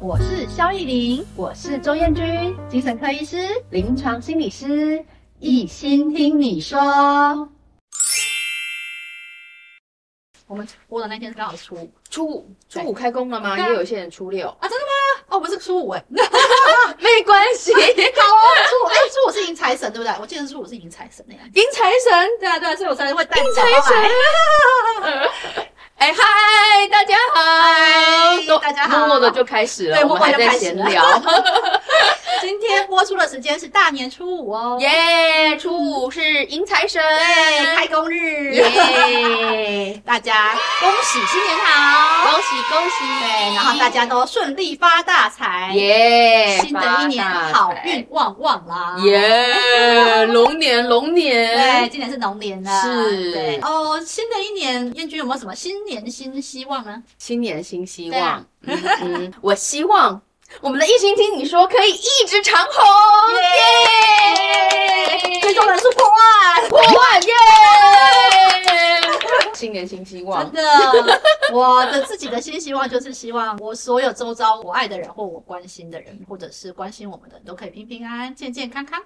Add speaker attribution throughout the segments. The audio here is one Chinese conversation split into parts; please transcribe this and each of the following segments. Speaker 1: 我是肖艺玲，我是周燕君，精神科医师、临床心理师，一心听你说。我们播的那天是刚好初五
Speaker 2: 初五，初
Speaker 1: 对
Speaker 2: 五开工了吗？
Speaker 1: 对啊
Speaker 2: 也有一些人初六，
Speaker 1: 啊，真的吗？哦，不是初五哎，那
Speaker 2: 没关 系。
Speaker 1: 初五哎，初五是迎财神对不对？我记得初五是迎财神那样。
Speaker 2: 迎财神，
Speaker 1: 对啊对啊，所以我才会带你
Speaker 2: 迎财神。 哎嗨，大家
Speaker 1: 嗨
Speaker 2: 好，都
Speaker 1: 大家好
Speaker 2: 默默的就开始了，
Speaker 1: 对
Speaker 2: 我们还
Speaker 1: 默默地
Speaker 2: 在
Speaker 1: 开始
Speaker 2: 闲
Speaker 1: 了
Speaker 2: 聊。
Speaker 1: 今天播出的时间是大年初五哦，
Speaker 2: 耶，初五是迎财神，
Speaker 1: 对，开工日，
Speaker 2: 耶，
Speaker 1: 大家恭喜新年好，
Speaker 2: 恭喜恭喜，
Speaker 1: 对，然后大家都顺利发大财，
Speaker 2: 耶，
Speaker 1: 新的一年好运旺旺啦，
Speaker 2: 耶，龙年龙
Speaker 1: 对，
Speaker 2: 年，
Speaker 1: 今年是龙年啦，
Speaker 2: 是
Speaker 1: 对哦。新的一年，燕君有没有什么新年新希望呢？
Speaker 2: 新年新希
Speaker 1: 对啊
Speaker 2: 望。嗯嗯， 我希望我们的一心听你说可以一直长红，耶！
Speaker 1: 最终人数破万，
Speaker 2: 破万耶！ 新年新希 望
Speaker 1: 真， 的，我的自己的新希望就是希望我所有周遭我爱的人或我关心的人，或者是关心我们的人都可以平平安安、健健康康。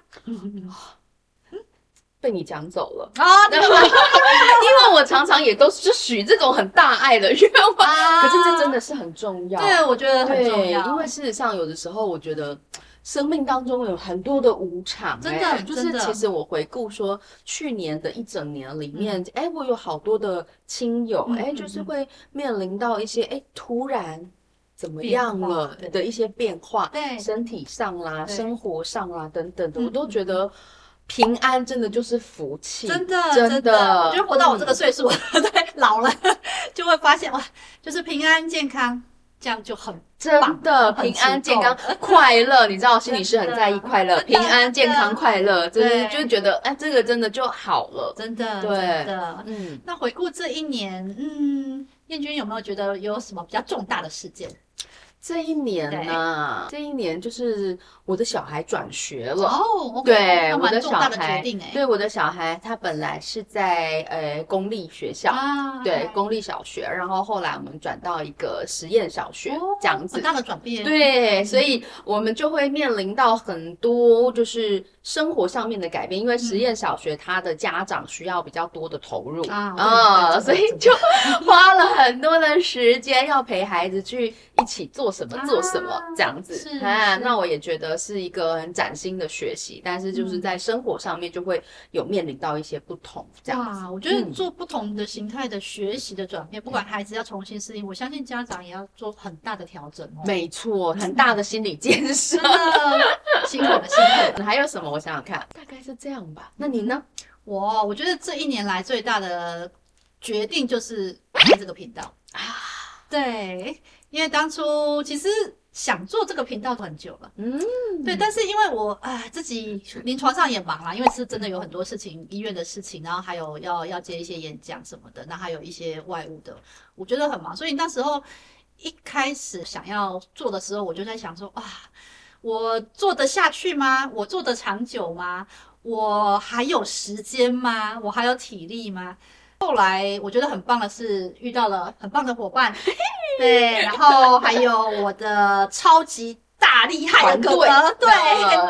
Speaker 2: 被你讲走了，
Speaker 1: 哦，对吧？
Speaker 2: 因为我常常也都是许这种很大爱的愿望，
Speaker 1: 啊
Speaker 2: 可是这真的是很重要，
Speaker 1: 对，我啊觉得很重
Speaker 2: 对，
Speaker 1: 要，
Speaker 2: 因为事实上有的时候我觉得。生命当中有很多的无常、
Speaker 1: 真
Speaker 2: 哎
Speaker 1: 的
Speaker 2: 就
Speaker 1: 真
Speaker 2: 是
Speaker 1: 的
Speaker 2: 其实我回顾说，去年的一整年里面，哎、我有好多的亲友，
Speaker 1: 嗯
Speaker 2: 哎、
Speaker 1: 嗯
Speaker 2: 就是
Speaker 1: 嗯
Speaker 2: 会面临到一些哎、突然怎么
Speaker 1: 变
Speaker 2: 样
Speaker 1: 化
Speaker 2: 了
Speaker 1: 对
Speaker 2: 的一些变化，
Speaker 1: 对
Speaker 2: 身体上啦、
Speaker 1: 对
Speaker 2: 生活上啦等等的，
Speaker 1: 嗯
Speaker 2: 我都
Speaker 1: 嗯
Speaker 2: 觉得平安真的就是福气，
Speaker 1: 真的
Speaker 2: 真的嗯
Speaker 1: 我觉得活到我这个岁数， 对，老了就会发现哇，就是平安健康，这样就很
Speaker 2: 真的
Speaker 1: 很
Speaker 2: 平
Speaker 1: 足
Speaker 2: 安
Speaker 1: 够
Speaker 2: 健康快乐，你知道心理师
Speaker 1: 真
Speaker 2: 很
Speaker 1: 的
Speaker 2: 在意快乐，
Speaker 1: 真的
Speaker 2: 平安
Speaker 1: 真的
Speaker 2: 健康快乐，就是
Speaker 1: 对
Speaker 2: 就是觉得哎，这个真的就好了。
Speaker 1: 真的，
Speaker 2: 对
Speaker 1: 真的。
Speaker 2: 嗯，
Speaker 1: 那回顾这一年，嗯，燕君有没有觉得有什么比较重大的事件？
Speaker 2: 这一年呢、这一年就是我的小孩转学了。
Speaker 1: 哦，我
Speaker 2: 对
Speaker 1: 那
Speaker 2: 我
Speaker 1: 蛮
Speaker 2: 的
Speaker 1: 重
Speaker 2: 小
Speaker 1: 大的决
Speaker 2: 孩
Speaker 1: 定哎、，
Speaker 2: 对我的小孩，他本来是在呃公立学校，
Speaker 1: 啊
Speaker 2: 对公立小学，然后后来我们转到一个实验小学、
Speaker 1: 哦
Speaker 2: 这样子
Speaker 1: 很。大的转变，
Speaker 2: 对，所以我们就会面临到很多就是生活上面的改变，因为实验小学它的家长需要比较多的投入
Speaker 1: 嗯啊
Speaker 2: 呃
Speaker 1: 对
Speaker 2: 所
Speaker 1: 对对
Speaker 2: 以就花了很多的时间要陪孩子去一起做什么
Speaker 1: 啊
Speaker 2: 做什么这样子
Speaker 1: 是
Speaker 2: 啊。
Speaker 1: 是
Speaker 2: 那我也觉得是一个很崭新的学习，但是就是
Speaker 1: 嗯
Speaker 2: 在生活上面就会有面临到一些不同这样子。
Speaker 1: 哇，我觉得
Speaker 2: 嗯
Speaker 1: 做不同的形态的学习的转变，不管孩子要重新适应，我相信家长也要做很大的调整哦。
Speaker 2: 没错，很大的心理建设
Speaker 1: 真。的辛苦了，辛苦了。
Speaker 2: 还有什么？我想想看，大概是这样吧。那你呢？
Speaker 1: 我我觉得这一年来最大的决定就是开这个频道啊，对，因为当初其实想做这个频道很久了，
Speaker 2: 嗯，
Speaker 1: 对，但是因为我啊自己临床上也忙啦，因为是真的有很多事情，医院的事情，然后还有要要接一些演讲什么的，那还有一些外务的，我觉得很忙，所以那时候一开始想要做的时候，我就在想说啊，我做得下去吗？我做得长久吗？我还有时间吗？我还有体力吗？后来我觉得很棒的是遇到了很棒的伙伴，对，然后还有我的超级大厉害的哥哥，
Speaker 2: 团队呃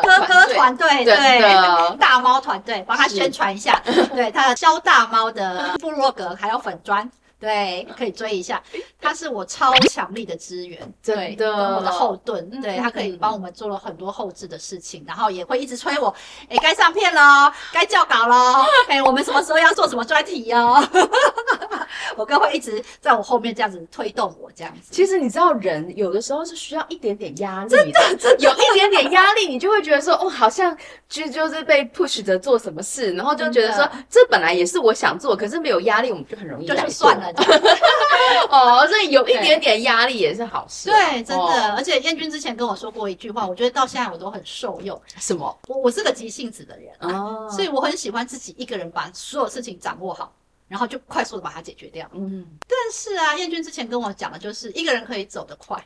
Speaker 1: 对，哥哥团队，
Speaker 2: 真
Speaker 1: 对。
Speaker 2: 的，
Speaker 1: 大猫团队帮他
Speaker 2: 是
Speaker 1: 宣传一下， 对他的肖大猫的部落格还有粉砖，对，可以追一下。他是我超强力的支援，
Speaker 2: 真
Speaker 1: 对，
Speaker 2: 的
Speaker 1: 跟我的后盾，
Speaker 2: 嗯
Speaker 1: 对
Speaker 2: 嗯
Speaker 1: 他可以
Speaker 2: 嗯
Speaker 1: 帮我们做了很多后置的事情，然后也会一直催我，哎，该上片喽，该校稿喽，哎，我们什么时候要做什么专题哦？ 我哥会一直在我后面这样子推动我，这样子。
Speaker 2: 其实你知道，人有的时候是需要一点点压力的，有一点点压力，你就会觉得说，哦，好像就就是被 push 着做什么事，然后就觉得说
Speaker 1: 真，
Speaker 2: 这本来也是我想做，可是没有压力，我们就很容易
Speaker 1: 就
Speaker 2: 来
Speaker 1: 去
Speaker 2: 做
Speaker 1: 算了，
Speaker 2: 哦。所以有一点点压力也是好事啊、
Speaker 1: 对，真的。
Speaker 2: 哦
Speaker 1: 而且燕君之前跟我说过一句话，我觉得到现在我都很受用。
Speaker 2: 什么？
Speaker 1: 我我是个急性子的人，
Speaker 2: 哦
Speaker 1: 所以我很喜欢自己一个人把所有事情掌握好，然后就快速的把它解决掉。
Speaker 2: 嗯，
Speaker 1: 但是啊，燕君之前跟我讲的就是一个人可以走得快，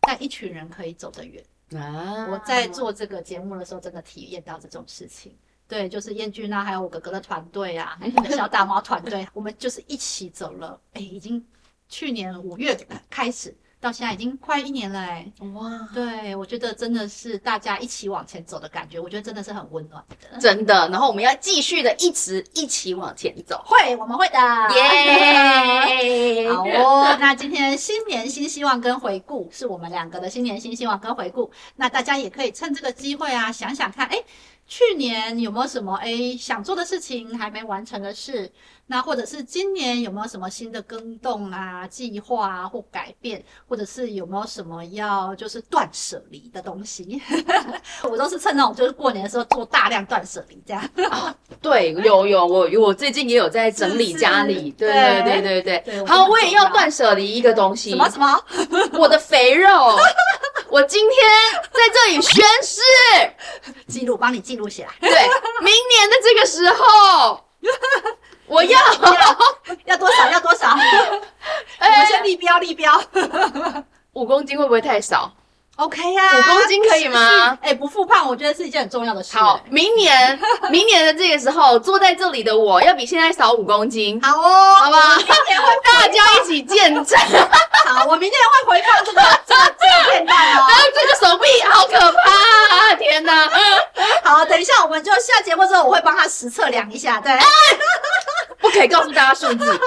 Speaker 1: 但一群人可以走得远。
Speaker 2: 啊
Speaker 1: 我在做这个节目的时候，真的体验到这种事情。对，就是燕君啊，还有我哥哥的团队啊，还有我的小大猫团队，我们就是一起走了。哎，已经去年五月开始。到现在已经快一年了、欸，
Speaker 2: 哇，
Speaker 1: 对我觉得真的是大家一起往前走的感觉，我觉得真的是很温暖的。
Speaker 2: 真的。然后我们要继续的一直一起往前走，
Speaker 1: 会，我们会的，
Speaker 2: 耶！
Speaker 1: 好哦，那今天新年新希望跟回顾是我们两个的新年新希望跟回顾，那大家也可以趁这个机会啊，想想看，哎，去年有没有什么哎想做的事情还没完成的事？那或者是今年有没有什么新的更动啊、计划啊或改变，或者是有没有什么要就是断舍离的东西？ 我都是趁那种就是过年的时候做大量断舍离这样。
Speaker 2: 对，有有，我我最近也有在整理家
Speaker 1: 是不
Speaker 2: 里，
Speaker 1: 是
Speaker 2: 对
Speaker 1: 对
Speaker 2: 对对对
Speaker 1: 对
Speaker 2: 对。
Speaker 1: 我
Speaker 2: 好，
Speaker 1: 真的
Speaker 2: 我也
Speaker 1: 做
Speaker 2: 要
Speaker 1: 到
Speaker 2: 断舍离一个东西
Speaker 1: 什，么什么？
Speaker 2: 我的肥肉。我今天在这里宣誓，
Speaker 1: 记录，帮你记录起来，
Speaker 2: 对，明年的这个时候，我 要
Speaker 1: 要多少要多少，我
Speaker 2: 哎
Speaker 1: 们先立标立标。
Speaker 2: 五公斤会不会太少？
Speaker 1: OK 呀、
Speaker 2: 五公斤可以吗
Speaker 1: 是不是哎、不复胖，我觉得是一件很重要的事、
Speaker 2: 好，明年明年的这个时候，坐在这里的我要比现在少五公斤，
Speaker 1: 好哦，
Speaker 2: 好吧？
Speaker 1: 明年会
Speaker 2: 大家一起见 证。
Speaker 1: 好，我明天会回放这个这个这个片段哦
Speaker 2: 啊。，这个手臂好可怕、啊！天哪，
Speaker 1: 好，等一下我们就下节目之后，我会帮他实测量一下，对，
Speaker 2: 不可以告诉大家数字。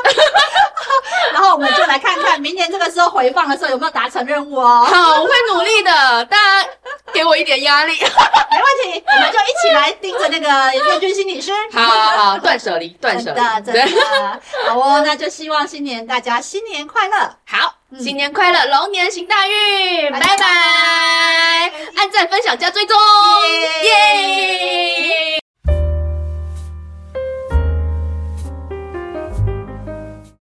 Speaker 1: 然后我们就来看看明年这个时候回放的时候有没有达成任务哦。
Speaker 2: 好，我会努力的，大家给我一点压 力。
Speaker 1: 没问题，我们就一起来盯着那个燕君心理师。
Speaker 2: 好好好，断舍离，断
Speaker 1: 真
Speaker 2: 舍
Speaker 1: 的
Speaker 2: 离。
Speaker 1: 真，的，好哦，那就希望新年大家新年快乐。
Speaker 2: 好，
Speaker 1: 嗯
Speaker 2: 新年快乐，龙年行大运，
Speaker 1: 拜
Speaker 2: 拜
Speaker 1: 拜
Speaker 2: 拜！按赞、分享加追踪，
Speaker 1: 耶
Speaker 2: 耶！